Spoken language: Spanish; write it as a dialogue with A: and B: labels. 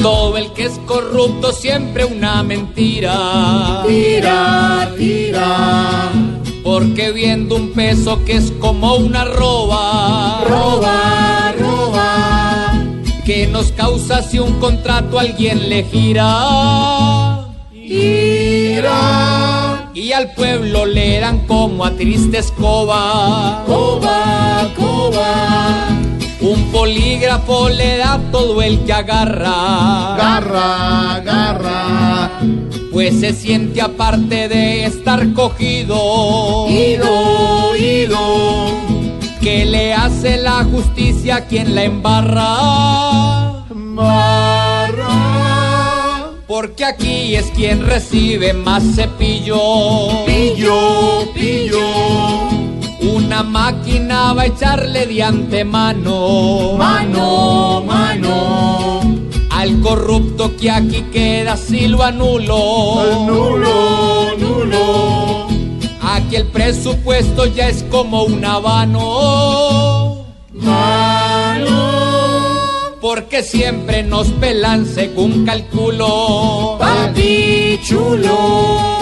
A: Todo el que es corrupto siempre una mentira.
B: Tira, tira,
A: Porque viendo un peso que es como una roba.
B: roba, roba.
A: Que nos causa si un contrato alguien le gira.
B: Tira,
A: Y al pueblo le dan como a triste escoba.
B: coba, coba.
A: Un polígrafo le da todo el que agarra.
B: Garra, garra.
A: Pues se siente aparte de estar cogido.
B: Ido, ido.
A: que le hace la justicia a quien la embarra.
B: Barra.
A: Porque aquí es quien recibe más cepillo.
B: Pillo, pillo.
A: Una máquina va a echarle de antemano.
B: Mano, mano.
A: Al corrupto que aquí queda si lo anulo.
B: Nulo, nulo.
A: Aquí el presupuesto ya es como un habano.
B: Mano.
A: Porque siempre nos pelan según calculo.
B: Papi chulo.